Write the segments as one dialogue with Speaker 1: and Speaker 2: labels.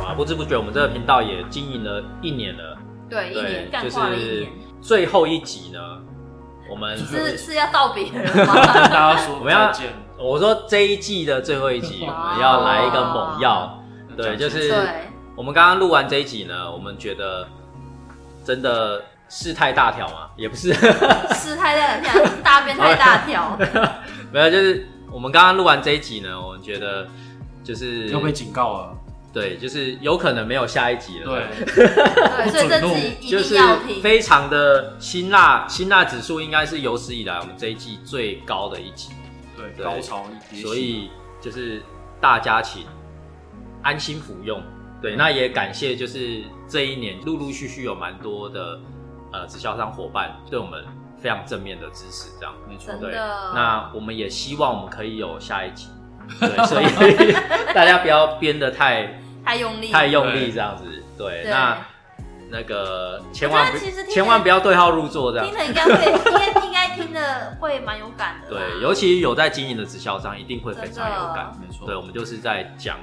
Speaker 1: 哇，啊不知不觉我们这个频道也经营了一年了，
Speaker 2: 对，一
Speaker 1: 对
Speaker 2: 年，干
Speaker 1: 就
Speaker 2: 化了一
Speaker 1: 是
Speaker 2: 年，
Speaker 1: 最后一集呢，我们
Speaker 2: 是是要道别人吗？
Speaker 3: 跟大家说
Speaker 1: 我们要
Speaker 3: 再见，
Speaker 1: 我说这一季的最后一集，我们要来一个猛药，对，就
Speaker 2: 对
Speaker 1: 是我们刚刚录完这一集呢，我们觉得真的事态大条嘛，也不是，
Speaker 2: 事态太大条，大便太大条，
Speaker 1: 没有，就是我们刚刚录完这一集呢，我们觉得就是
Speaker 3: 又被警告了，
Speaker 1: 对，就是有可能没有下一集了，
Speaker 3: 对，
Speaker 2: 对，所以这集一
Speaker 1: 就
Speaker 2: 定
Speaker 1: 是
Speaker 2: 要听。
Speaker 1: 非常的辛辣，辛辣指数应该是有史以来我们这一季最高的一集，
Speaker 3: 对，
Speaker 1: 对
Speaker 3: 高潮一跌起，
Speaker 1: 所以就是大家请安心服用。对，那也感谢就是这一年陆陆续续有蛮多的呃直销商伙伴对我们非常正面的支持，这样。
Speaker 3: 没错
Speaker 2: 真，
Speaker 1: 对，
Speaker 2: 的
Speaker 1: 那我们也希望我们可以有下一集。对，所以大家不要编的太
Speaker 2: 太用力，
Speaker 1: 太用力这样子。对，
Speaker 2: 对
Speaker 1: 那那个千万不
Speaker 2: 我觉得其实听起来
Speaker 1: 千万不要对号入座这样
Speaker 2: 听。了应该会，应该应该听的会蛮有感的啦。
Speaker 1: 对，尤其有在经营的直销商一定会非常有感。
Speaker 3: 没错，
Speaker 1: 对，我们就是在讲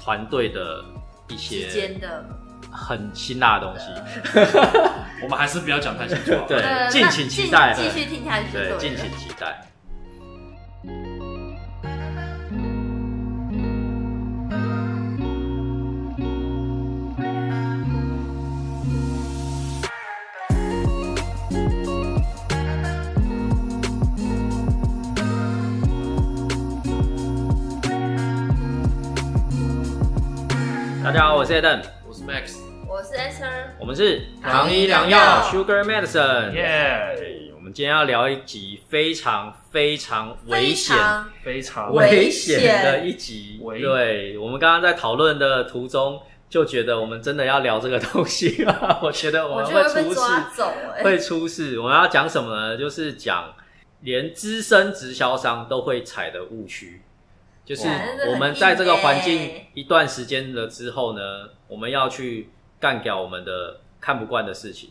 Speaker 1: 团队的一
Speaker 2: 之
Speaker 1: 些
Speaker 2: 间的，
Speaker 1: 很辛辣的东西。
Speaker 3: 我们还是不要讲太清楚，啊
Speaker 1: 对
Speaker 2: 呃
Speaker 1: 敬
Speaker 2: 那
Speaker 1: 请期待
Speaker 2: 继续听下去就
Speaker 1: 对，
Speaker 2: 了。
Speaker 1: 敬请期待。大家好，我是 Eden，
Speaker 3: 我是 Max，
Speaker 2: 我是 Esther，
Speaker 1: 我们是
Speaker 2: 糖衣良
Speaker 1: 糖衣
Speaker 2: 药
Speaker 1: 良 Sugar Medicine。
Speaker 3: 耶，
Speaker 1: 对，我们今天要聊一集非常非常危
Speaker 2: 非
Speaker 1: 险、
Speaker 2: 常
Speaker 3: 非常
Speaker 1: 危
Speaker 2: 喂危
Speaker 1: 险
Speaker 2: 险
Speaker 1: 的一集。
Speaker 3: 危
Speaker 1: 对，我们刚刚在讨论的途中就觉得我们真的要聊这个东西了， 我觉得我
Speaker 2: 我
Speaker 1: 们
Speaker 2: 觉
Speaker 1: 会
Speaker 2: 得会
Speaker 1: 出
Speaker 2: 被
Speaker 1: 事，
Speaker 2: 抓走 哎、
Speaker 1: 会出事。我们要讲什么呢？就是讲连资深直销商都会踩的误区。就是
Speaker 3: 哇
Speaker 1: 我们在这个环
Speaker 2: 真的很硬
Speaker 1: 境
Speaker 2: 欸
Speaker 1: 一段时间了之后呢，我们要去干掉我们的看不惯的事情，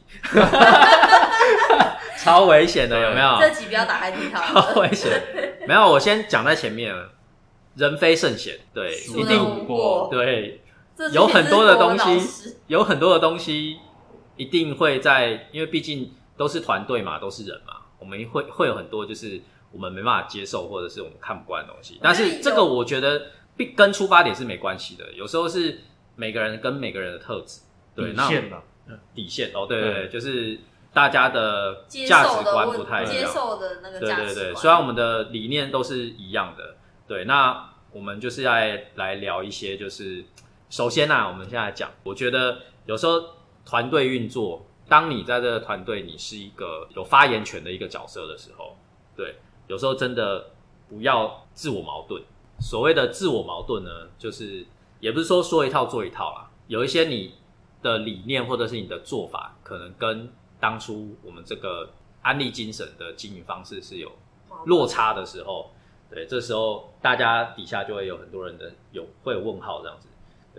Speaker 1: 超危险的，有没有？
Speaker 2: 这集不要打开听
Speaker 1: 超
Speaker 2: 他。
Speaker 1: 危险。没有，我先讲在前面了，人非圣贤，对，
Speaker 2: 孰
Speaker 1: 一
Speaker 2: 能
Speaker 1: 定
Speaker 2: 无过，
Speaker 1: 对，
Speaker 2: 这集
Speaker 1: 有很多的东西
Speaker 2: 是郭老师
Speaker 1: 有很多的东西一定会在，因为毕竟都是团队嘛，都是人嘛，我们会会有很多就是我们没办法接受或者是我们看不惯的东西。但是这个我觉得并跟出发点是没关系的，有时候是每个人跟每个人的特质，对，
Speaker 3: 底
Speaker 1: 那
Speaker 3: 线了，
Speaker 1: 底线哦，对对对，就是大家的
Speaker 2: 接
Speaker 1: 价值
Speaker 2: 受的
Speaker 1: 观
Speaker 2: 问
Speaker 1: 不太一样，
Speaker 2: 接受的那个
Speaker 1: 对
Speaker 2: 价
Speaker 1: 对
Speaker 2: 值观。
Speaker 1: 对，虽然我们的理念都是一样的，对，那我们就是来来聊一些，就是首先呢、啊，我们现在讲，我觉得有时候团队运作，当你在这个团队，你是一个有发言权的一个角色的时候，对，有时候真的不要自我矛盾。所谓的自我矛盾呢，就是也不是说说一套做一套啦，有一些你的理念或者是你的做法，可能跟当初我们这个安利精神的经营方式是有落差的时候，对，这时候大家底下就会有很多人的有会有问号这样子，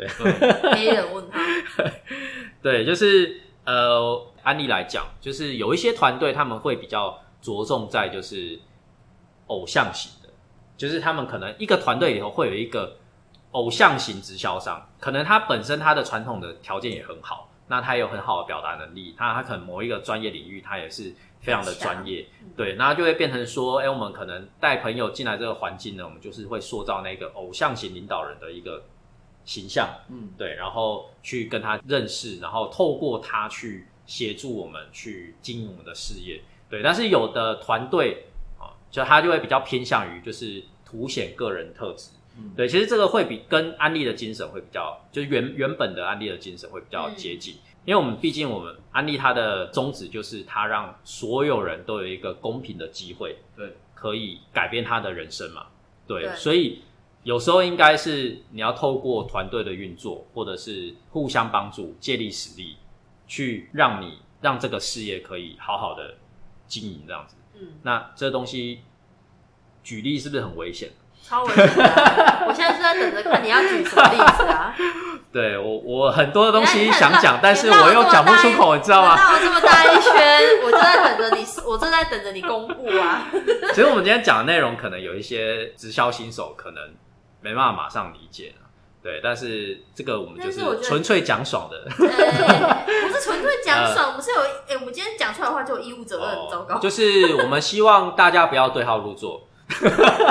Speaker 2: 黑人问他，
Speaker 1: 对，就是呃，安利来讲，就是有一些团队他们会比较着重在就是偶像型的，就是他们可能一个团队里头会有一个偶像型直销商，可能他本身他的传统的条件也很好，那他有很好的表达能力，那他可能某一个专业领域他也是非常的专业
Speaker 2: 强嗯，
Speaker 1: 对，那就会变成说，哎、我们可能带朋友进来这个环境呢，我们就是会塑造那个偶像型领导人的一个形象。
Speaker 3: 嗯，
Speaker 1: 对，然后去跟他认识，然后透过他去协助我们去经营我们的事业。对，但是有的团队啊，就他就会比较偏向于就是凸显个人特质。
Speaker 3: 嗯
Speaker 1: 对，其实这个会比跟安利的精神会比较，就是原原本的安利的精神会比较接近，因为我们毕竟我们安利它的宗旨就是它让所有人都有一个公平的机会，
Speaker 3: 对，
Speaker 1: 可以改变他的人生嘛。对，
Speaker 2: 对
Speaker 1: 所以有时候应该是你要透过团队的运作，或者是互相帮助、借力使力，去让你让这个事业可以好好的经营这样子。
Speaker 2: 嗯，
Speaker 1: 那这东西举例是不是很危险？
Speaker 2: 超危险的啊。我现在就在等着看你要举什么例子啊。
Speaker 1: 对我，我很多的东
Speaker 2: 你
Speaker 1: 西
Speaker 2: 看
Speaker 1: 想讲，但是我又讲不出口，你知道 吗？
Speaker 2: 绕了这么大一圈，我就在等着你，我正在等着你公布啊。
Speaker 1: 其实我们今天讲的内容，可能有一些直销新手可能没办法马上理解啊对，但是这个我们就
Speaker 2: 但是我觉得
Speaker 1: 纯粹讲爽的，
Speaker 2: 呃不是纯粹讲爽，我们是有，哎，我们今天讲出来的话就有义 务责任，
Speaker 1: 哦
Speaker 2: 糟糕。
Speaker 1: 就是我们希望大家不要对号入座。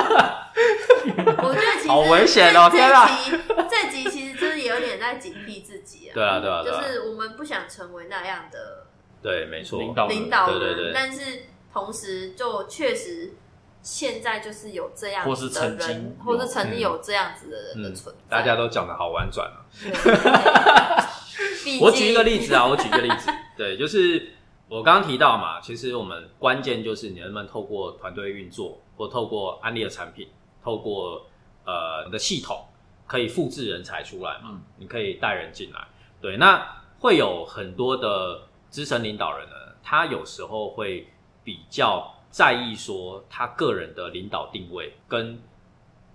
Speaker 2: 我觉得其实
Speaker 1: 好危险哦
Speaker 2: 这
Speaker 1: 天啊
Speaker 2: 这集这集其实就是也有点在警惕自己啊，
Speaker 1: 对啊，对啊，对啊
Speaker 2: 就，是我们不想成为那样的
Speaker 1: 对，没错，
Speaker 3: 领导人
Speaker 2: 领导人，
Speaker 1: 对对对
Speaker 2: 但是同时就确实现在就是有这样
Speaker 3: 或是
Speaker 2: 子的
Speaker 3: 曾经
Speaker 2: 人，
Speaker 3: 有
Speaker 2: 或是曾经有这样子的人的
Speaker 1: 嗯
Speaker 2: 存在。
Speaker 1: 大家都讲的好婉转啊。
Speaker 2: 对， 对毕竟
Speaker 1: 我举一个例子啊，我举一个例 子，对，就是我刚刚提到嘛，其实我们关键就是你能不能透过团队运作，或透过安利的产品，透过呃你的系统，可以复制人才出来嘛，
Speaker 3: 嗯
Speaker 1: 你可以带人进来。对，那会有很多的资深领导人呢，他有时候会比较在意说他个人的领导定位跟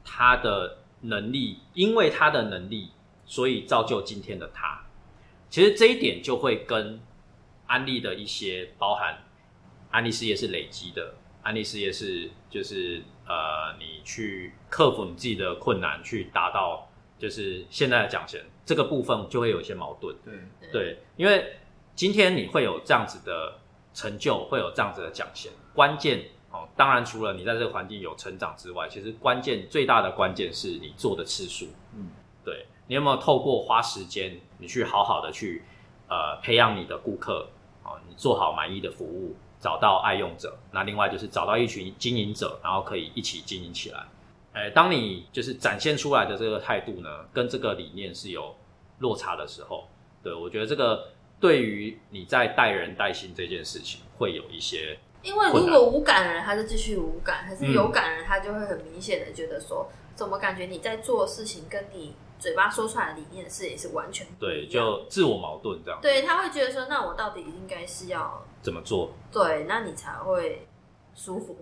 Speaker 1: 他的能力，因为他的能力，所以造就今天的他。其实这一点就会跟安利的一些包含安利事业是累积的，安利事业是就是呃，你去克服你自己的困难，去达到就是现在的奖衔这个部分就会有一些矛盾。
Speaker 3: 嗯对，
Speaker 1: 对，因为今天你会有这样子的成就，会有这样子的奖衔，关键哦，当然除了你在这个环境有成长之外，其实关键最大的关键是你做的次数。
Speaker 3: 嗯，
Speaker 1: 对你有没有透过花时间，你去好好的去呃培养你的顾客哦，你做好满意的服务，找到爱用者，那另外就是找到一群经营者，然后可以一起经营起来。哎，当你就是展现出来的这个态度呢，跟这个理念是有落差的时候，对我觉得这个对于你在带人带心这件事情会有一些
Speaker 2: 因为如果无感的人，他就继续无感；可是
Speaker 1: 嗯
Speaker 2: 有感的人，他就会很明显的觉得说，怎么感觉你在做的事情跟你嘴巴说出来的理念的事情是完全不
Speaker 1: 对
Speaker 2: 一样
Speaker 1: 就自我矛盾这样，
Speaker 2: 对，他会觉得说，那我到底应该是要
Speaker 1: 怎么做
Speaker 2: 对，那你才会舒服。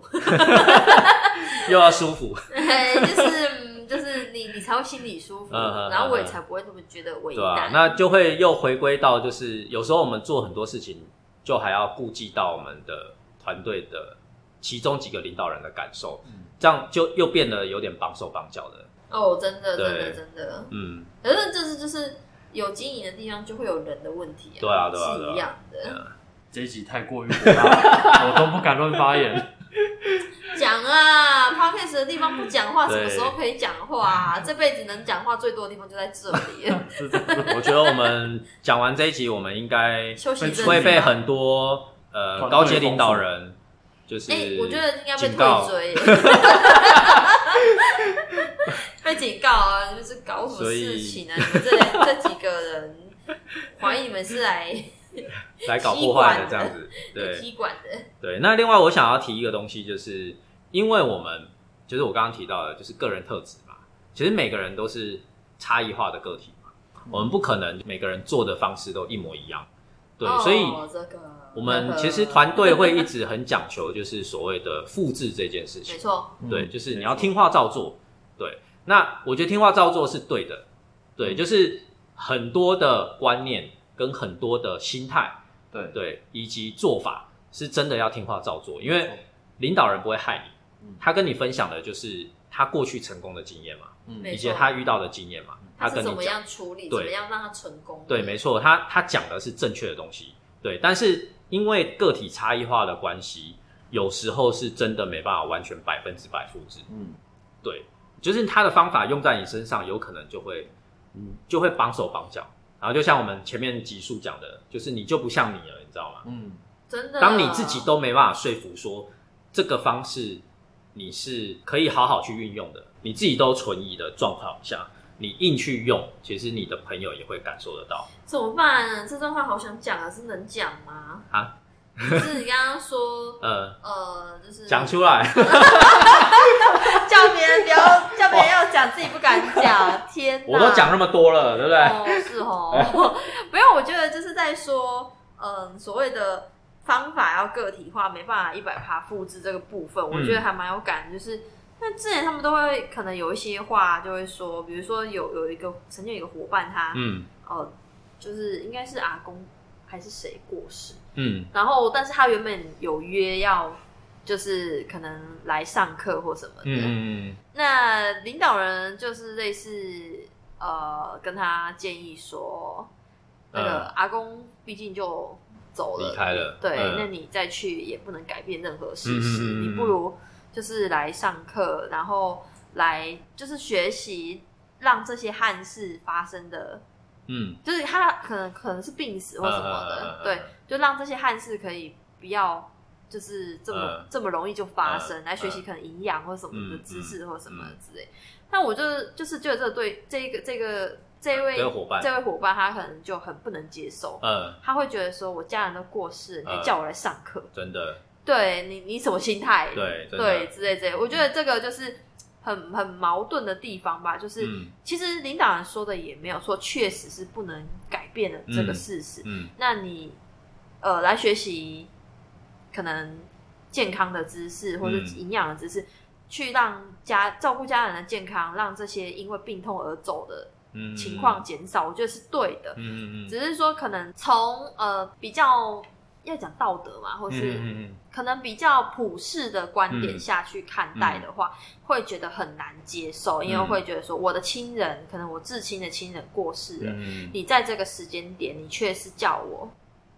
Speaker 1: 又要舒服，
Speaker 2: 对，就是嗯就是你你才会心里舒服，
Speaker 1: 嗯嗯嗯
Speaker 2: 然后我也
Speaker 1: 嗯
Speaker 2: 才不会那么觉得为
Speaker 1: 对啊
Speaker 2: 难。，
Speaker 1: 那就会又回归到，就是有时候我们做很多事情，就还要顾及到我们的团队的其中几个领导人的感受，
Speaker 3: 嗯
Speaker 1: 这样就又变得有点绑手绑脚的。
Speaker 2: 哦，真的真的
Speaker 1: 对
Speaker 2: 真的，
Speaker 1: 嗯，
Speaker 2: 可是就是就是有经营的地方就会有人的问题啊，
Speaker 1: 对啊对啊对啊
Speaker 2: 是一样的。
Speaker 3: 这一集太过于火辣， 我都不敢乱发言。
Speaker 2: 讲啊 p o d c a s 的地方不讲话，什
Speaker 1: 对
Speaker 2: 么时候可以讲话啊？这辈子能讲话最多的地方就在 这里，
Speaker 3: 是是是
Speaker 1: 我觉得我们讲完这一集，我们应该
Speaker 2: 休息一阵子吧
Speaker 1: 会被很多呃
Speaker 3: 团队
Speaker 1: 高阶领导人，就是
Speaker 2: 哎、我觉得应该被
Speaker 1: 警
Speaker 2: 退
Speaker 1: 告
Speaker 2: 追耶，被警告啊！你们是搞什么
Speaker 1: 所以
Speaker 2: 事情啊？你们这这几个人，怀疑你们是来
Speaker 1: 来搞破坏的这样子，对
Speaker 2: 来。踢馆的。
Speaker 1: 对，那另外我想要提一个东西，就是因为我们就是我刚刚提到的，就是个人特质嘛，其实每个人都是差异化的个体嘛，我们不可能每个人做的方式都一模一样，对，
Speaker 2: 哦
Speaker 1: 所以
Speaker 2: 这个
Speaker 1: 我们
Speaker 2: 那个
Speaker 1: 其实团队会一直很讲求就是所谓的复制这件事
Speaker 2: 没
Speaker 1: 情，
Speaker 2: 嗯错，
Speaker 1: 对，就是你要听
Speaker 3: 话。
Speaker 1: 话照做，对，那我觉得听话照做是对的，
Speaker 2: 嗯
Speaker 1: 对，就是很多的观念跟很多的心态。
Speaker 3: 对对，
Speaker 1: 对，以及做法是真的要听话照做，因为领导人不会害你
Speaker 3: 嗯，
Speaker 1: 他跟你分享的就是他过去成功的经验嘛，
Speaker 3: 嗯
Speaker 2: 没
Speaker 1: 以
Speaker 2: 错嗯
Speaker 1: 及他遇到的经验嘛，
Speaker 2: 他是
Speaker 1: 跟
Speaker 2: 怎
Speaker 1: 你
Speaker 2: 么
Speaker 1: 讲，
Speaker 2: 样处理，
Speaker 1: 对
Speaker 2: 怎么样让他成功？
Speaker 1: 对，没错，他他讲的是正确的东西，对，但是因为个体差异化的关系，有时候是真的没办法完全百分之百复制，
Speaker 3: 嗯，
Speaker 1: 对，就是他的方法用在你身上，有可能就会，嗯，就会绑手绑脚，然后就像我们前面集数讲的，就是你就不像你了，你知道吗？
Speaker 3: 嗯，
Speaker 2: 真的。
Speaker 1: 当你自己都没办法说服说这个方式你是可以好好去运用的，你自己都存疑的状况下，你硬去用，其实你的朋友也会感受得到。
Speaker 2: 怎么办？这段话好想讲啊，是能讲 吗？
Speaker 1: 啊，
Speaker 2: 就是你刚刚说，
Speaker 1: 呃，
Speaker 2: 呃，就是
Speaker 1: 讲出来，
Speaker 2: 叫别人不要，叫别人要讲，自己不敢 讲。天哪，
Speaker 1: 我都讲那么多了，对不对？
Speaker 2: 哦，是哦，没有，我觉得就是在说，嗯，所谓的方法要个体化，没办法一百趴复制这个部分，我觉得还蛮有感，就是。那之前他们都会可能有一些话就会说，比如说有有一个曾经有一个伙伴他，
Speaker 1: 嗯
Speaker 2: 呃，就是应该是阿公还是谁过世，
Speaker 1: 嗯
Speaker 2: 然后但是他原本有约要就是可能来上课或什么的。
Speaker 1: 嗯嗯
Speaker 2: 那领导人就是类似呃，跟他建议说，那个
Speaker 1: 嗯
Speaker 2: 阿公毕竟就走了，
Speaker 1: 离开了
Speaker 2: 对，
Speaker 1: 嗯
Speaker 2: 那你再去也不能改变任何事
Speaker 1: 嗯
Speaker 2: 实，
Speaker 1: 嗯嗯嗯
Speaker 2: 你不如就是来上课，然后来就是学习，让这些憾事发生的，
Speaker 1: 嗯
Speaker 2: 就是他可能可能是病死或什么的，
Speaker 1: 嗯嗯嗯嗯嗯
Speaker 2: 对，就让这些憾事可以不要。就是这么、
Speaker 1: 嗯
Speaker 2: 这么容易就发生，
Speaker 1: 嗯
Speaker 2: 来学习可能营养或什么的
Speaker 1: 嗯
Speaker 2: 知识或什么
Speaker 1: 嗯
Speaker 2: 之类。那我就是就是觉得这对这一个这个这一位
Speaker 1: 这位伙伴
Speaker 2: 这位伙伴他可能就很不能接受，
Speaker 1: 嗯，
Speaker 2: 他会觉得说我家人都过世，你还
Speaker 1: 嗯
Speaker 2: 叫我来上课，
Speaker 1: 真的，
Speaker 2: 对你你什么心态？
Speaker 1: 对，真的，
Speaker 2: 对之类之类，我觉得这个就是很很矛盾的地方吧，就是。
Speaker 1: 嗯
Speaker 2: 其实领导人说的也没有错，确实是不能改变的这个
Speaker 1: 嗯
Speaker 2: 事实。
Speaker 1: 嗯
Speaker 2: 那你呃来学习可能健康的知识或者
Speaker 1: 嗯
Speaker 2: 营养的知识，去让家照顾家人的健康，让这些因为病痛而走的
Speaker 1: 嗯，
Speaker 2: 情况减少，我觉得是对的。
Speaker 1: 嗯，嗯嗯嗯
Speaker 2: 只是说可能从呃比较要讲道德嘛，或是
Speaker 1: 嗯嗯
Speaker 2: 可能比较普世的观点
Speaker 1: 嗯
Speaker 2: 下去看待的话，会觉得很难接受，因为
Speaker 1: 嗯
Speaker 2: 会觉得说我的亲人，可能我至亲的亲人过世了，
Speaker 1: 嗯，嗯
Speaker 2: 你在这个时间点，你却是叫我，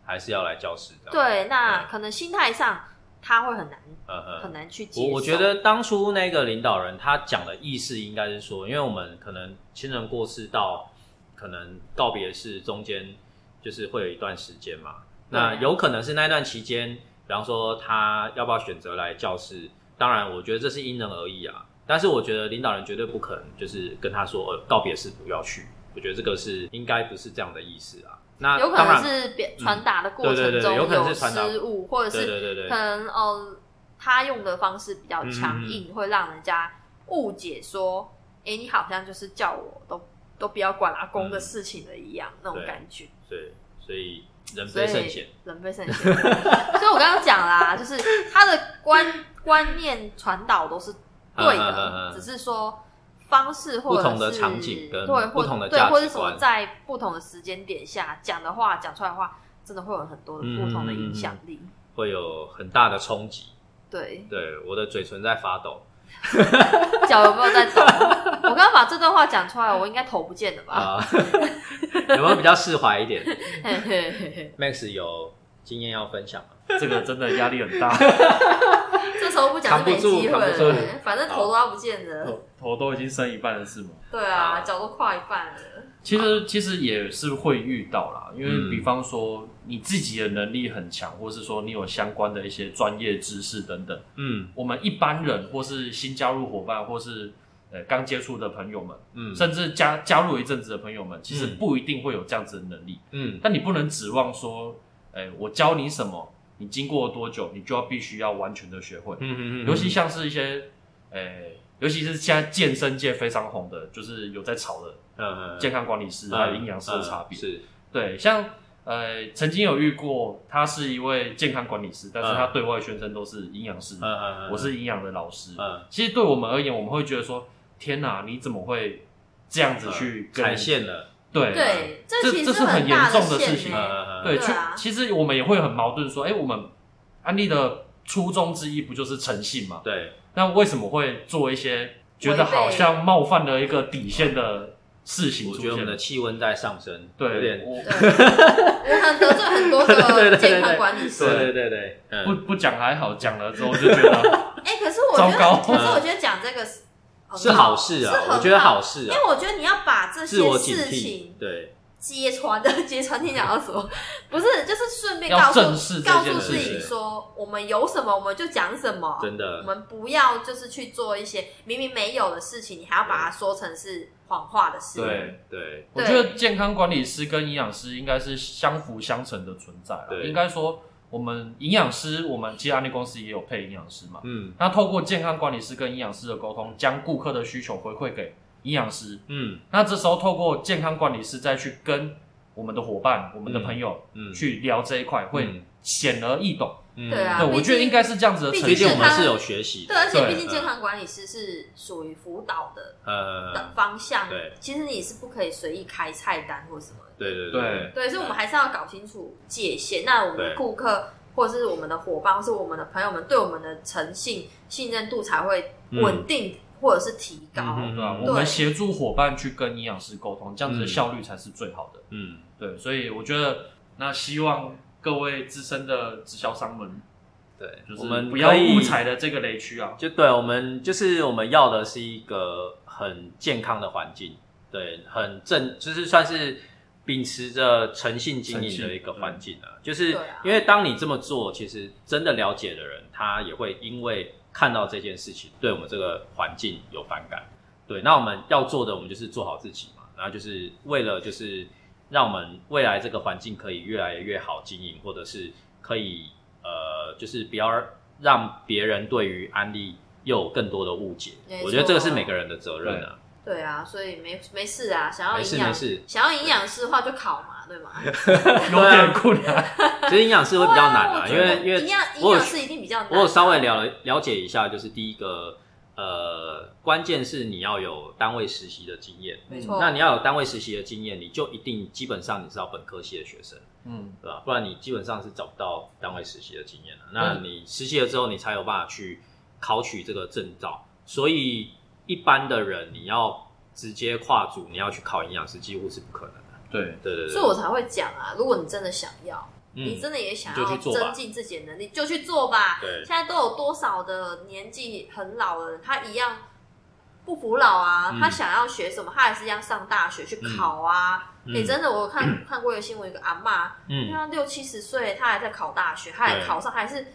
Speaker 1: 还是要来教室的，，
Speaker 2: 对，那
Speaker 1: 嗯
Speaker 2: 可能心态上他会很难
Speaker 1: 嗯嗯，
Speaker 2: 很难去接受。
Speaker 1: 我我觉得当初那个领导人他讲的意思应该是说，因为我们可能亲人过世到可能告别式中间，就是会有一段时间嘛。
Speaker 2: 对啊
Speaker 1: 那有可能是那段期间，比方说他要不要选择来教室？当然，我觉得这是因人而异啊。但是我觉得领导人绝对不可能就是跟他说，呃，告别式不要去。我觉得这个是应该不是这样的意思啊。那
Speaker 2: 有可
Speaker 1: 当
Speaker 2: 能
Speaker 1: 然
Speaker 2: 是别传达的过
Speaker 1: 对对
Speaker 2: 程
Speaker 1: 对
Speaker 2: 中
Speaker 1: 有可能是传达
Speaker 2: 失误，或者
Speaker 1: 对
Speaker 2: 是
Speaker 1: 对对对，
Speaker 2: 可能哦，他用的方式比较强
Speaker 1: 嗯
Speaker 2: 硬，会让人家误解说，哎，你好像就是叫我都都不要管阿公的事情了一样那种
Speaker 1: 对
Speaker 2: 感觉。
Speaker 1: 对，所以人
Speaker 2: 所以
Speaker 1: 非圣贤，
Speaker 2: 人非圣贤。 所以我刚刚讲啦，就是他的观观念传导都是
Speaker 1: 嗯嗯
Speaker 2: 对
Speaker 1: 嗯
Speaker 2: 的，
Speaker 1: 嗯
Speaker 2: 只是说方式或
Speaker 1: 不
Speaker 2: 者是
Speaker 1: 同的场景跟
Speaker 2: 对
Speaker 1: 不
Speaker 2: 或
Speaker 1: 同的
Speaker 2: 对
Speaker 1: 价值观
Speaker 2: 或者什么在不同的时间点下讲的话讲出来的话，真的会有很多的不同的影响力。
Speaker 1: 会有很大的冲击。
Speaker 2: 对，
Speaker 1: 对，我的嘴唇在发抖
Speaker 2: 脚有没有在抖？我刚刚把这段话讲出来，我应该头不见了吧？
Speaker 1: 啊， 有没有比较释怀一点
Speaker 2: 嘿嘿嘿嘿
Speaker 1: ？Max 有经验要分享吗？
Speaker 3: 这个真的压力很大，
Speaker 2: 这时候不讲
Speaker 1: 扛
Speaker 2: 就
Speaker 1: 不住
Speaker 2: 没机会
Speaker 1: 扛不住
Speaker 2: 了，反正头都要不见了。
Speaker 3: 头头都已经伸一半了，是吗？
Speaker 2: 对啊，脚都跨一半了。
Speaker 3: 其实其实也是会遇到啦，因为
Speaker 1: 嗯
Speaker 3: 比方说你自己的能力很强，或是说你有相关的一些专业知识等等，
Speaker 1: 嗯
Speaker 3: 我们一般人或是新加入伙伴，或是呃刚接触的朋友们，
Speaker 1: 嗯
Speaker 3: 甚至加加入一阵子的朋友们，其实
Speaker 1: 嗯
Speaker 3: 不一定会有这样子的能力，
Speaker 1: 嗯
Speaker 3: 但你不能指望说，哎，我教你什么，你经过多久，你就要必须要完全的学会
Speaker 1: 嗯，嗯
Speaker 3: 尤其像是一些，呃，尤其是现在健身界非常红的，就是有在炒的。
Speaker 1: 嗯
Speaker 3: 健康管理师还有营养师的差别。
Speaker 1: 是
Speaker 3: 对，像呃，曾经有遇过，他是一位健康管理师，但是他对外宣称都是营养师
Speaker 1: 嗯，嗯，
Speaker 3: 我是营养的老师。
Speaker 1: 嗯
Speaker 3: 其实对我们而言，我们会觉得说，天哪，你怎么会这样子去跟
Speaker 1: 产嗯线了，
Speaker 3: 对
Speaker 2: 对，
Speaker 3: 这
Speaker 2: 其
Speaker 3: 这
Speaker 2: 实
Speaker 3: 是很
Speaker 2: 大
Speaker 3: 严重的
Speaker 2: 线
Speaker 3: 事情
Speaker 2: 欸
Speaker 1: 嗯
Speaker 3: 对，
Speaker 2: 对
Speaker 3: 去
Speaker 2: 啊
Speaker 3: 其实我们也会很矛盾，说，哎，我们安利的初衷之一不就是诚信嘛？
Speaker 1: 对，
Speaker 3: 那为什么会做一些觉得好像冒犯了一个底线的事情
Speaker 1: 我
Speaker 3: 出
Speaker 1: 觉得我
Speaker 3: 现
Speaker 1: 们？的气温在上升，有
Speaker 3: 对，
Speaker 1: 点，
Speaker 3: 我
Speaker 2: 对我很得罪很多
Speaker 1: 对对
Speaker 2: 个
Speaker 1: 对对
Speaker 2: 健康管理师。
Speaker 1: 对对对对，
Speaker 3: 不
Speaker 1: 嗯，
Speaker 3: 不讲还好，讲了之后就觉得
Speaker 2: 哎、可是我觉
Speaker 3: 糟糕
Speaker 2: 得，可是我觉得讲这个是
Speaker 1: 嗯是好事
Speaker 2: 是
Speaker 1: 啊，
Speaker 2: 很
Speaker 1: 我觉得好事
Speaker 2: 因
Speaker 1: 啊
Speaker 2: 为，我觉得你要把这
Speaker 1: 自
Speaker 2: 些
Speaker 1: 我警
Speaker 2: 事
Speaker 1: 惕
Speaker 2: 情，
Speaker 1: 对，
Speaker 2: 揭穿 的揭穿，你讲到什么？不是，就是顺便
Speaker 3: 要
Speaker 2: 告诉
Speaker 3: 正视这
Speaker 2: 告
Speaker 3: 件
Speaker 2: 诉
Speaker 1: 事
Speaker 2: 自己
Speaker 1: 情
Speaker 2: 说，我们有什么我们就讲什么，
Speaker 1: 真
Speaker 2: 我
Speaker 1: 的，
Speaker 2: 们不要就是去做一些明明没有的事情，你还要把它说成是谎话的事。
Speaker 3: 对
Speaker 1: 对，
Speaker 3: 我觉得健康管理师跟营养师应该是相辅相成的存在啦。
Speaker 1: 对
Speaker 3: 应该说，我们营养师，我们其实安利公司也有配营养师嘛。
Speaker 1: 嗯
Speaker 3: 那透过健康管理师跟营养师的沟通，将顾客的需求回馈给营养师。
Speaker 1: 嗯
Speaker 3: 那这时候透过健康管理师再去跟我们的伙伴、我们的朋友
Speaker 1: 嗯，
Speaker 3: 去聊这一块，会
Speaker 1: 嗯
Speaker 3: 显而易懂。
Speaker 1: 嗯
Speaker 2: 对啊
Speaker 3: 对，
Speaker 2: 毕竟
Speaker 3: 我觉得应该是这样子的
Speaker 2: 毕
Speaker 3: 呈
Speaker 1: 毕
Speaker 2: 竟
Speaker 1: 竟我
Speaker 3: 现
Speaker 1: 们
Speaker 2: 他。
Speaker 1: 是有学习的
Speaker 2: 对，，而且
Speaker 3: 对嗯
Speaker 2: 毕竟健康管理师是属于辅导的的
Speaker 1: 呃，
Speaker 2: 方向，
Speaker 1: 对
Speaker 2: 其实你是不可以随意开菜单或什么的。
Speaker 1: 对对
Speaker 3: 对
Speaker 2: 对，所以我们还是要搞清楚界限。那我们
Speaker 1: 对
Speaker 2: 顾客或者是我们的伙伴，或是我们的朋友们对我们的诚信、信任度才会稳定或者是提高。
Speaker 1: 嗯
Speaker 3: 对吧、
Speaker 1: 嗯
Speaker 3: 我们协助伙伴去跟营养师沟通，这样子的效率才是最好的。
Speaker 1: 嗯，
Speaker 3: 对，所以我觉得那希望各位资深的直销商们，
Speaker 1: 对，
Speaker 3: 就是
Speaker 1: 我们
Speaker 3: 不要
Speaker 1: 可以
Speaker 3: 误踩了这个雷区啊。
Speaker 1: 就对我们就是我们要的是一个很健康的环境，对，很正，就是算是秉持着诚信经营的一个环境
Speaker 3: 嗯
Speaker 1: 啊。就是
Speaker 2: 对啊
Speaker 1: 因为当你这么做，其实真的了解的人，他也会因为看到这件事情，对我们这个环境有反感。对，那我们要做的，我们就是做好自己嘛，然后就是为了就是让我们未来这个环境可以越来越好经营，或者是可以呃，就是不要让别人对于安利又有更多的误解
Speaker 2: 没。错
Speaker 1: 我觉得这个是每个人的责任啊，
Speaker 2: 对啊，所以没没事啊，想要
Speaker 1: 没事
Speaker 2: 营
Speaker 1: 没
Speaker 2: 养，
Speaker 1: 事。
Speaker 2: 想要营养师的话就考嘛， 对 啊吗？
Speaker 3: 有点困难。
Speaker 1: 其实营养师会比较难啊，
Speaker 2: 对
Speaker 1: 因
Speaker 2: 我觉
Speaker 1: 为
Speaker 2: 得
Speaker 1: 因为
Speaker 2: 营养营
Speaker 1: 我有
Speaker 2: 养师一定比较难。啊
Speaker 1: 我有稍微了了解一下，就是第一个呃，关键是你要有单位实习的经验。
Speaker 2: 没错，
Speaker 1: 那你要有单位实习的经验，你就一定基本上你是要本科系的学生。
Speaker 3: 嗯，
Speaker 1: 对吧？不然你基本上是找不到单位实习的经验的。
Speaker 2: 嗯
Speaker 1: 那你实习了之后，你才有办法去考取这个证照。所以一般的人，你要直接跨组，你要去考营养师，几乎是不可能的。
Speaker 3: 对，
Speaker 1: 对对对，
Speaker 2: 所以我才会讲啊，如果你真的想要，你
Speaker 1: 嗯，
Speaker 2: 真的也想
Speaker 1: 你就
Speaker 2: 要
Speaker 1: 去做吧
Speaker 2: 增进自己的能力，就去做吧。
Speaker 1: 对
Speaker 2: 现在都有多少的年纪很老的人，他一样不服老啊，
Speaker 1: 嗯
Speaker 2: 他想要学什么，他还是一样上大学去考啊。
Speaker 1: 嗯
Speaker 2: 你、真的，我有 看、看过一个新闻，有一个阿嬷，因
Speaker 1: 嗯，
Speaker 2: 为她六七十岁，她还在考大学，她还
Speaker 1: 对啊
Speaker 2: 考上，还是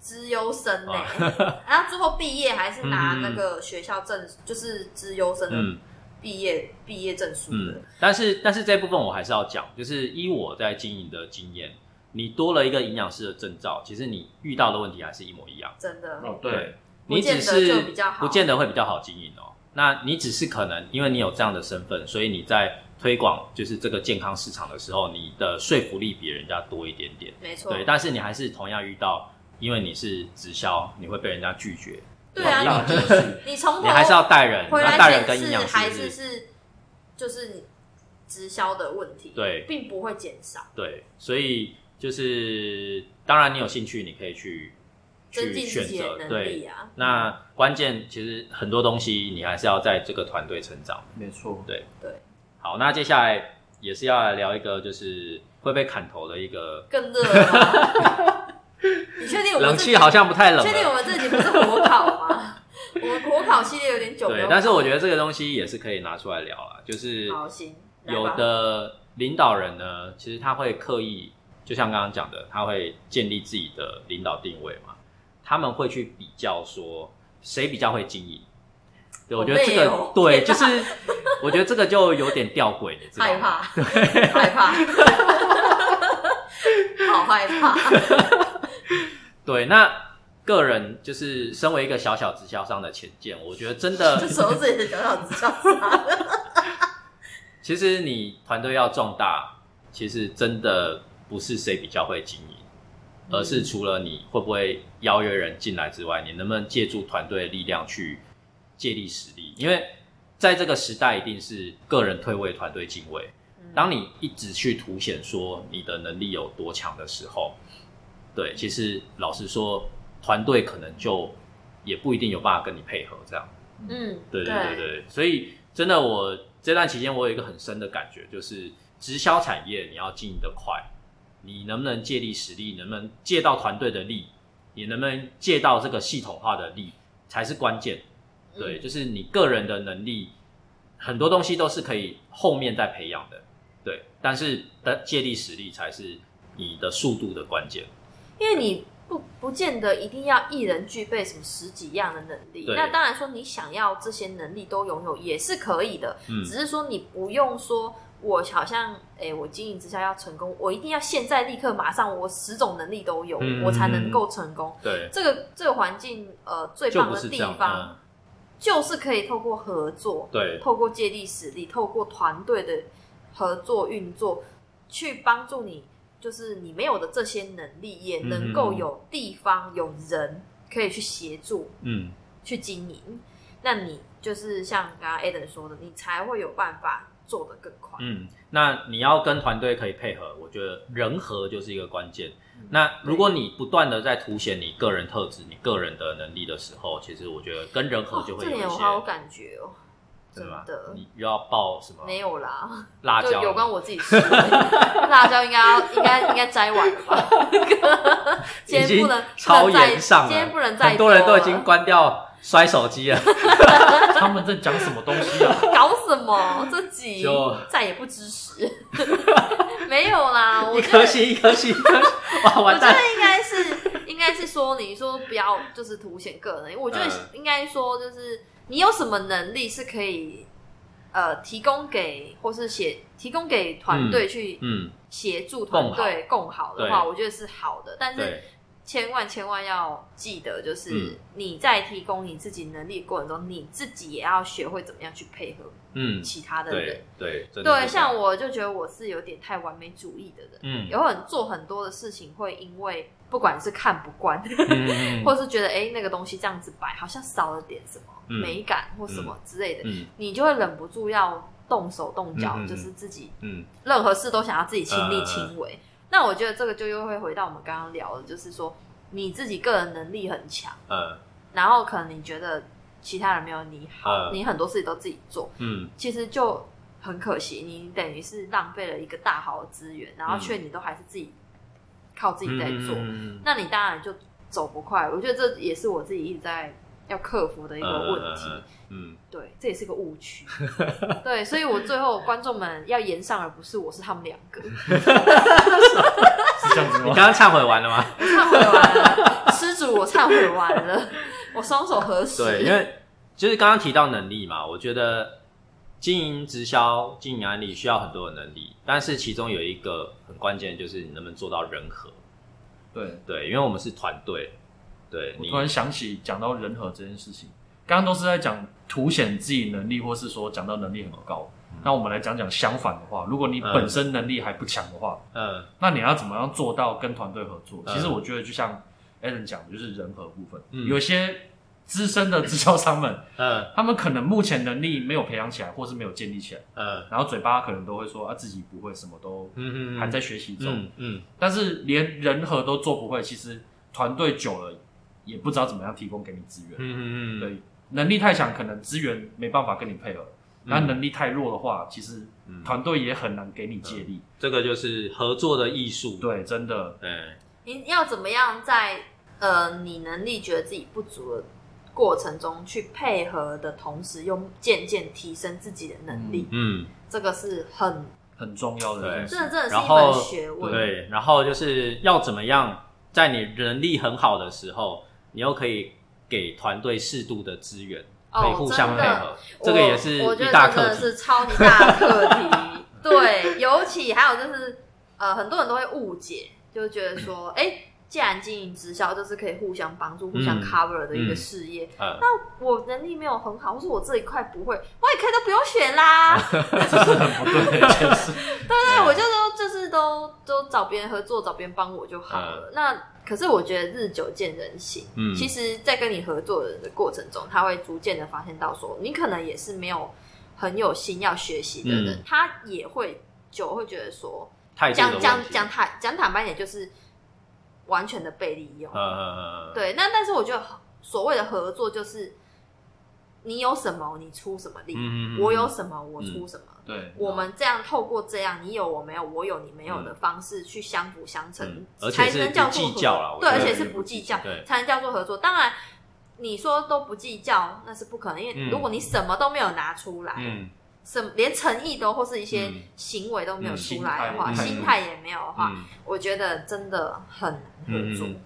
Speaker 2: 资优生呢、 然后最后毕业还是拿
Speaker 1: 嗯嗯嗯
Speaker 2: 那个学校证，就是资优生的
Speaker 1: 嗯
Speaker 2: 毕业毕、业证书的
Speaker 1: 嗯。，但是但是这部分我还是要讲，就是依我在经营的经验，你多了一个营养师的证照，其实你遇到的问题还是一模一样。
Speaker 2: 真的，
Speaker 3: 哦对，
Speaker 1: 你只
Speaker 2: 不见
Speaker 1: 是
Speaker 2: 得就比较好
Speaker 1: 不见得会比较好经营哦。那你只是可能因为你有这样的身份，所以你在推广就是这个健康市场的时候，你的说服力比人家多一点点。
Speaker 2: 没错，
Speaker 1: 对，但是你还是同样遇到，因为你是直销，你会被人家拒绝，
Speaker 2: 对啊，
Speaker 3: 那
Speaker 2: 你
Speaker 3: 真是
Speaker 2: 你从头
Speaker 1: 你还是要带人，
Speaker 2: 回
Speaker 1: 那带
Speaker 2: 来
Speaker 1: 人
Speaker 2: 检
Speaker 1: 跟营
Speaker 2: 视
Speaker 1: 养
Speaker 2: 还
Speaker 1: 师
Speaker 2: 是
Speaker 1: 是
Speaker 2: 是就是你直销的问题，
Speaker 1: 对
Speaker 2: 并不会减少，
Speaker 1: 对，所以就是当然你有兴趣，你可以去
Speaker 2: 增
Speaker 1: 去
Speaker 2: 进
Speaker 1: 选
Speaker 2: 自己
Speaker 1: 择
Speaker 2: 的能
Speaker 1: 对。
Speaker 2: 力啊。
Speaker 1: 那关键其实很多东西你还是要在这个团队成长。
Speaker 3: 没错。
Speaker 1: 好，那接下来也是要来聊一个就是会被砍头的一个，
Speaker 2: 更热了吗，你确定我们
Speaker 1: 冷
Speaker 2: 这
Speaker 1: 气好像不太冷
Speaker 2: 确定我
Speaker 1: 了。
Speaker 2: 们这集不是火烤吗？我们火烤系列有点久没有
Speaker 1: 对
Speaker 2: 烤，，
Speaker 1: 但是我觉得这个东西也是可以拿出来聊啊，就是
Speaker 2: 好行，来吧
Speaker 1: 有的领导人呢，其实他会刻意，就像刚刚讲的，他会建立自己的领导定位嘛，他们会去比较说谁比较会经营。对，我觉得这个、
Speaker 2: 好累哦
Speaker 1: 对，
Speaker 2: 天
Speaker 1: 就
Speaker 2: 哪
Speaker 1: 是我觉得这个就有点吊诡，你知道吗？
Speaker 2: 害怕，害怕，好害 怕，
Speaker 1: 对，那个人就是身为一个小小直销商的浅见，我觉得真的
Speaker 2: 这手指也是小小直销杀的，
Speaker 1: 其实你团队要壮大，其实真的不是谁比较会经营，而
Speaker 2: 嗯
Speaker 1: 是除了你会不会邀约人进来之外，你能不能借助团队的力量去借力使力？因为在这个时代，一定是个人退位，团队进位。
Speaker 2: 嗯
Speaker 1: 当你一直去凸显说你的能力有多强的时候，对，其实老实说，团队可能就也不一定有办法跟你配合这样。
Speaker 2: 嗯，
Speaker 1: 对对对对，所以真的我这段期间我有一个很深的感觉，就是直销产业你要经营的快，你能不能借力使力，能不能借到团队的力，你能不能借到这个系统化的力，才是关键。
Speaker 2: 嗯
Speaker 1: 对，就是你个人的能力，很多东西都是可以后面再培养的。对，但是的借力使力才是你的速度的关键。
Speaker 2: 因为你不不见得一定要一人具备什么十几样的能力
Speaker 1: 对。
Speaker 2: 那当然说你想要这些能力都拥有也是可以的，
Speaker 1: 嗯
Speaker 2: 只是说你不用说。我好像，诶、我经营之下要成功，我一定要现在立刻马上，我十种能力都有，
Speaker 1: 嗯
Speaker 2: 我才能够成功。
Speaker 1: 对，
Speaker 2: 这个这个环境，呃，最
Speaker 1: 就
Speaker 2: 棒
Speaker 1: 不
Speaker 2: 的
Speaker 1: 是这
Speaker 2: 地
Speaker 1: 样。
Speaker 2: 方
Speaker 1: 嗯，
Speaker 2: 就是可以透过合作，
Speaker 1: 对，
Speaker 2: 透过借力使力，透过团队的合作运作，去帮助你，就是你没有的这些能力，也
Speaker 1: 嗯
Speaker 2: 能够有地方、有人可以去协助
Speaker 1: 嗯，
Speaker 2: 去经营。那你就是像刚刚 Eden 说的，你才会有办法做得更快。
Speaker 1: 嗯，那你要跟团队可以配合，我觉得人和就是一个关键。
Speaker 2: 嗯
Speaker 1: 那如果你不断的在凸显你个人特质、你个人的能力的时候，其实我觉得跟人和
Speaker 2: 哦
Speaker 1: 就，会
Speaker 2: 这
Speaker 1: 有一
Speaker 2: 点我
Speaker 1: 些，
Speaker 2: 好有感觉哦，真
Speaker 1: 对吧
Speaker 2: 的？
Speaker 1: 你又要爆什么
Speaker 2: 没有啦，
Speaker 1: 辣
Speaker 2: 就
Speaker 1: 椒？
Speaker 2: 有关我自己吃的辣椒应该要应该应该摘完了吧？
Speaker 1: 已
Speaker 2: 今天
Speaker 1: 经
Speaker 2: 不能
Speaker 1: 超
Speaker 2: 不能再
Speaker 1: 严上了，
Speaker 2: 今天不能再
Speaker 1: 很多人都已
Speaker 2: 了
Speaker 1: 经关掉摔手机了，
Speaker 3: 他们在讲什么东西啊？
Speaker 2: 搞什么？这集
Speaker 1: 就
Speaker 2: 再也不支持， 没有 啦， 我
Speaker 1: 一
Speaker 2: 觉得
Speaker 1: 颗 星一颗星，一颗星哇
Speaker 2: 我
Speaker 1: 完
Speaker 2: 觉得
Speaker 1: 蛋！
Speaker 2: 应该是应该是说，你说不要就是凸显个人，我觉得
Speaker 1: 嗯
Speaker 2: 应该说就是你有什么能力是可以呃提供给或是协提供给团队去
Speaker 1: 嗯，
Speaker 2: 协助团队共好的话，
Speaker 1: 对
Speaker 2: 我觉得是好的，但是
Speaker 1: 对，
Speaker 2: 千万千万要记得，就是
Speaker 1: 嗯
Speaker 2: 你在提供你自己能力的过程中，你自己也要学会怎么样去配合
Speaker 1: 嗯，
Speaker 2: 其他的人
Speaker 1: 对。对真的是
Speaker 2: 对，
Speaker 1: 这样
Speaker 2: 像我就觉得我是有点太完美主义的人，
Speaker 1: 嗯
Speaker 2: 有很做很多的事情会因为不管是看不惯，
Speaker 1: 嗯
Speaker 2: 或是觉得哎、诶那个东西这样子摆好像少了点什么、
Speaker 1: 嗯
Speaker 2: 美感或什么之类的，
Speaker 1: 嗯
Speaker 2: 你就会忍不住要动手动脚，
Speaker 1: 嗯嗯嗯
Speaker 2: 就是自己
Speaker 1: 嗯
Speaker 2: 任何事都想要自己亲力
Speaker 1: 呃
Speaker 2: 亲为。那我觉得这个就又会回到我们刚刚聊的，就是说你自己个人能力很强，
Speaker 1: 呃
Speaker 2: 然后可能你觉得其他人没有你好，
Speaker 1: 呃
Speaker 2: 你很多事情都自己做，
Speaker 1: 嗯
Speaker 2: 其实就很可惜，你等于是浪费了一个大好的资源，然后却你都还是自己靠自己在做，
Speaker 1: 嗯嗯嗯
Speaker 2: 那你当然就走不快。我觉得这也是我自己一直在要克服的一个问题，
Speaker 1: 嗯 嗯
Speaker 2: 对，这也是个误 区，对，所以我最后观众们要言上而不是我是他们两个，
Speaker 3: 是这样子
Speaker 1: 你
Speaker 3: 吗？
Speaker 1: 刚刚忏悔完了吗？
Speaker 2: 我忏悔完 了，施主我忏悔完了，我双手合十，
Speaker 1: 对，因为就是刚刚提到能力嘛，我觉得经营直销、经营安利需要很多的能力，但是其中有一个很关键，就是你能不能做到人和。
Speaker 3: 对，
Speaker 1: 对，因为我们是团队，对
Speaker 3: 我
Speaker 1: 你
Speaker 3: 突然想起讲到人和这件事情，刚刚都是在讲凸显自己能力，或是说讲到能力很高。
Speaker 2: 嗯
Speaker 3: 那我们来讲讲相反的话，如果你本身能力还不强的话，
Speaker 1: 嗯
Speaker 3: 那你要怎么样做到跟团队合作？
Speaker 1: 嗯
Speaker 3: 其实我觉得就像 Alan 讲的，就是人和部分，
Speaker 1: 嗯
Speaker 3: 有些资深的直销商们，
Speaker 1: 嗯
Speaker 3: 他们可能目前能力没有培养起来，或是没有建立起来，
Speaker 1: 嗯
Speaker 3: 然后嘴巴可能都会说啊自己不会，什么都
Speaker 1: 嗯
Speaker 3: 还在学习中，
Speaker 1: 嗯嗯
Speaker 3: 但是连人和都做不会，其实团队久了也不知道怎么样提供给你资源。
Speaker 1: 嗯嗯嗯，
Speaker 3: 对，能力太强，可能资源没办法跟你配合；那、能力太弱的话，其实
Speaker 1: 嗯
Speaker 3: 团队也很难给你借力。
Speaker 1: 这个就是合作的艺术。
Speaker 3: 对，真的，
Speaker 1: 对，
Speaker 2: 你要怎么样在呃你能力觉得自己不足的过程中去配合的同时，又渐渐提升自己的能力，
Speaker 1: 嗯
Speaker 2: 这个是很
Speaker 3: 很重要的一
Speaker 2: 真
Speaker 3: 件
Speaker 2: 的
Speaker 3: 事。
Speaker 2: 真的是
Speaker 1: 然
Speaker 2: 一门
Speaker 1: 后
Speaker 2: 学问。
Speaker 1: 对，然后就是要怎么样，在你能力很好的时候，你又可以给团队适度的资源，
Speaker 2: 哦
Speaker 1: 可以互相
Speaker 2: 真
Speaker 1: 配
Speaker 2: 的
Speaker 1: 合，
Speaker 2: 我
Speaker 1: 这个也是
Speaker 2: 我觉
Speaker 1: 一
Speaker 2: 得
Speaker 1: 大
Speaker 2: 真
Speaker 1: 课
Speaker 2: 的
Speaker 1: 题。
Speaker 2: 是超级大的课题。对，尤其还有就是呃，很多人都会误解，就觉得说，哎、既然经营直销就是可以互相帮助、互相
Speaker 1: 嗯
Speaker 2: cover 的一个
Speaker 1: 嗯
Speaker 2: 事业，
Speaker 1: 嗯，
Speaker 2: 我能力没有很好，或是我这一块不会，我也可以都不用 选啦。
Speaker 3: 这是很不对的一件事。
Speaker 2: 对，啊
Speaker 1: 啊
Speaker 2: 我就都就是都都找别人合作，找别人帮我就好了。那可是我觉得日久见人心，
Speaker 1: 嗯
Speaker 2: 其实，在跟你合作的人的过程中，他会逐渐的发现到说，你可能也是没有很有心要学习的人，
Speaker 1: 嗯
Speaker 2: 他也会久会觉得说，
Speaker 1: 态度的
Speaker 2: 讲
Speaker 1: 问
Speaker 2: 讲
Speaker 1: 题
Speaker 2: 讲坦讲坦白一点，就是完全的被利用。
Speaker 1: 嗯嗯嗯，嗯，
Speaker 2: 对，那但是我觉得所谓的合作就是。你有什么，你出什么力；
Speaker 1: 嗯嗯嗯嗯
Speaker 2: 我有什么，我出什么。
Speaker 3: 对，
Speaker 2: 我们这样透过这样，你有我没有，我有你没有的方式去相辅相成
Speaker 1: 嗯，而且
Speaker 2: 才
Speaker 1: 是
Speaker 2: 能
Speaker 1: 不
Speaker 2: 叫做
Speaker 1: 计较啦
Speaker 2: 合
Speaker 1: 我
Speaker 2: 对，
Speaker 1: 觉
Speaker 2: 而
Speaker 1: 得
Speaker 2: 且
Speaker 1: 也
Speaker 2: 是
Speaker 1: 不
Speaker 2: 不
Speaker 1: 计
Speaker 2: 计较
Speaker 1: 对
Speaker 2: 才能叫做合作。当然，你说都不计较那是不可能，因为
Speaker 1: 嗯
Speaker 2: 如果你什么都没有拿出来，
Speaker 1: 嗯
Speaker 2: 什么连诚意都或是一些
Speaker 1: 嗯
Speaker 2: 行为都没有
Speaker 1: 嗯
Speaker 2: 出来的话，
Speaker 1: 心态
Speaker 2: 心态也没有的话，
Speaker 1: 嗯
Speaker 2: 我觉得真的很难合作。
Speaker 1: 嗯，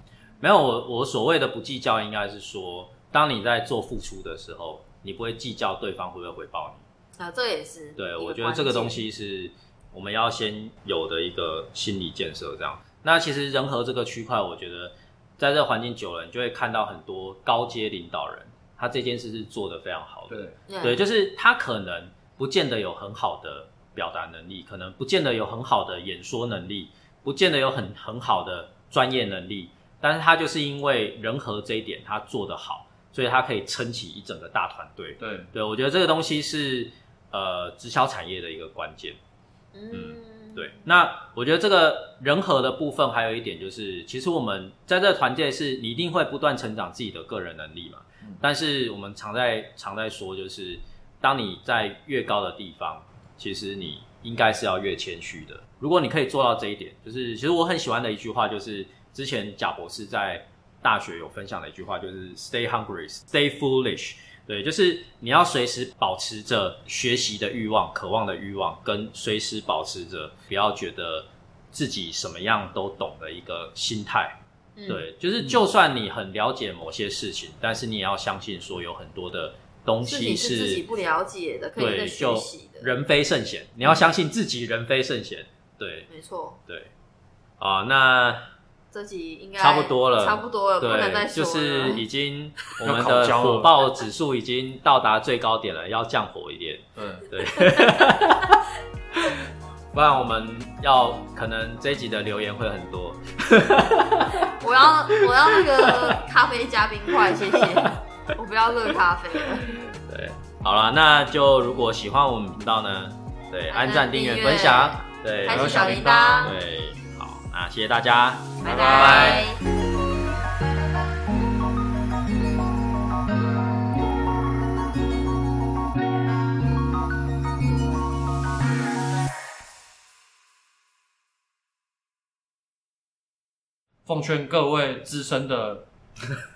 Speaker 1: 没有我我所谓的不计较，应该是说，当你在做付出的时候，你不会计较对方会不会回报你。
Speaker 2: 啊，这个也是一
Speaker 1: 对，
Speaker 2: 个
Speaker 1: 我觉得这个
Speaker 2: 关
Speaker 1: 东
Speaker 2: 键
Speaker 1: 西是我们要先有的一个心理建设。这样，那其实人和这个区块，我觉得在这个环境久了，你就会看到很多高阶领导人，他这件事是做得非常好的。
Speaker 3: 对，
Speaker 1: 对，就是他可能不见得有很好的表达能力，可能不见得有很好的演说能力，不见得有很很好的专业能力，但是他就是因为人和这一点他做得好，所以他可以撑起一整个大团队。
Speaker 3: 对，
Speaker 1: 对，我觉得这个东西是呃直销产业的一个关键。
Speaker 2: 嗯，
Speaker 1: 对，那我觉得这个人和的部分还有一点就是，其实我们在这个团队是你一定会不断成长自己的个人能力嘛。
Speaker 3: 嗯
Speaker 1: 但是我们常在常在说，就是当你在越高的地方，其实你应该是要越谦虚的。如果你可以做到这一点，就是其实我很喜欢的一句话，就是之前贾博士在大学有分享的一句话，就是 “Stay hungry, stay foolish”。对，就是你要随时保持着学习的欲望、渴望的欲望，跟随时保持着不要觉得自己什么样都懂的一个心态。
Speaker 2: 嗯，
Speaker 1: 对，就是就算你很了解某些事情，但是你也要相信说有很多的东
Speaker 2: 事
Speaker 1: 西
Speaker 2: 情是自己
Speaker 1: 是
Speaker 2: 不了解的，可以再
Speaker 1: 对，
Speaker 2: 学
Speaker 1: 就
Speaker 2: 习的，嗯
Speaker 1: 人非圣贤，你要相信自己人非圣贤。对
Speaker 2: 没错，
Speaker 1: 对，啊，那
Speaker 2: 这集应该
Speaker 1: 差不多了
Speaker 2: 差不多了，不能再
Speaker 1: 对，
Speaker 2: 说
Speaker 1: 就
Speaker 2: 了。
Speaker 1: 是已经我
Speaker 3: 要
Speaker 1: 们
Speaker 3: 烤
Speaker 1: 的
Speaker 3: 焦
Speaker 1: 火
Speaker 3: 了
Speaker 1: 爆指数已经到达最高点了，要降火一点。
Speaker 3: 对，
Speaker 1: 对，不然我们要可能这一集的留言会很多。
Speaker 2: 我要我要那个咖啡加冰 块，谢谢。我不要热咖啡了，
Speaker 1: 对，好了，那就如果喜欢我们频道呢，对，
Speaker 2: 按
Speaker 1: 按赞、
Speaker 2: 订
Speaker 1: 订阅、
Speaker 2: 阅
Speaker 1: 分享，对，
Speaker 2: 开
Speaker 3: 还有
Speaker 2: 启
Speaker 3: 小
Speaker 2: 小
Speaker 3: 铃
Speaker 2: 铃
Speaker 3: 铛
Speaker 2: 铛，
Speaker 1: 对，好，那谢谢大家，
Speaker 2: 拜
Speaker 1: 拜
Speaker 2: 拜。
Speaker 3: 奉劝各位资深的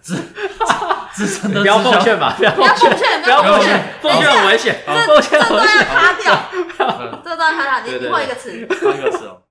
Speaker 3: 资资资深 的
Speaker 1: 不要
Speaker 3: 直销
Speaker 1: 奉劝吧，不要
Speaker 2: 不
Speaker 1: 奉
Speaker 2: 要
Speaker 1: 劝，
Speaker 2: 奉劝，
Speaker 1: 不要奉
Speaker 2: 奉
Speaker 1: 劝，
Speaker 2: 等
Speaker 1: 奉
Speaker 2: 一
Speaker 1: 劝
Speaker 2: 下
Speaker 1: 很危险，
Speaker 2: 这
Speaker 1: 奉劝
Speaker 2: 这
Speaker 1: 很危
Speaker 2: 段
Speaker 1: 险
Speaker 2: 要。卡掉，
Speaker 3: 嗯
Speaker 2: 这段要卡掉，
Speaker 1: 对
Speaker 2: 你
Speaker 1: 对
Speaker 2: 你换一个词。
Speaker 3: 三个字哦。